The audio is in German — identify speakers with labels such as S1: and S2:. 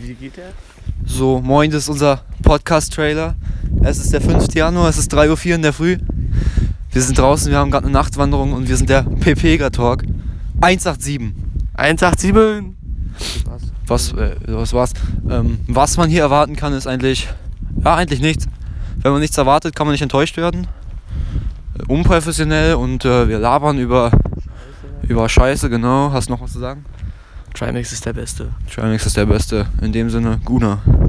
S1: Wie geht der?
S2: So, moin, das ist unser Podcast-Trailer. Es ist der 5. Januar, es ist 3.04 Uhr in der Früh. Wir sind draußen, wir haben gerade eine Nachtwanderung und wir sind der Pepega-Talk. 187.
S1: 187!
S2: Was, äh, was war's? Ähm, was man hier erwarten kann, ist eigentlich, ja, eigentlich nichts. Wenn man nichts erwartet, kann man nicht enttäuscht werden. Äh, Unprofessionell und äh, wir labern über, über Scheiße, genau. Hast du noch was zu sagen?
S1: Trimax ist der Beste.
S2: Trimax ist der Beste. In dem Sinne, Guna.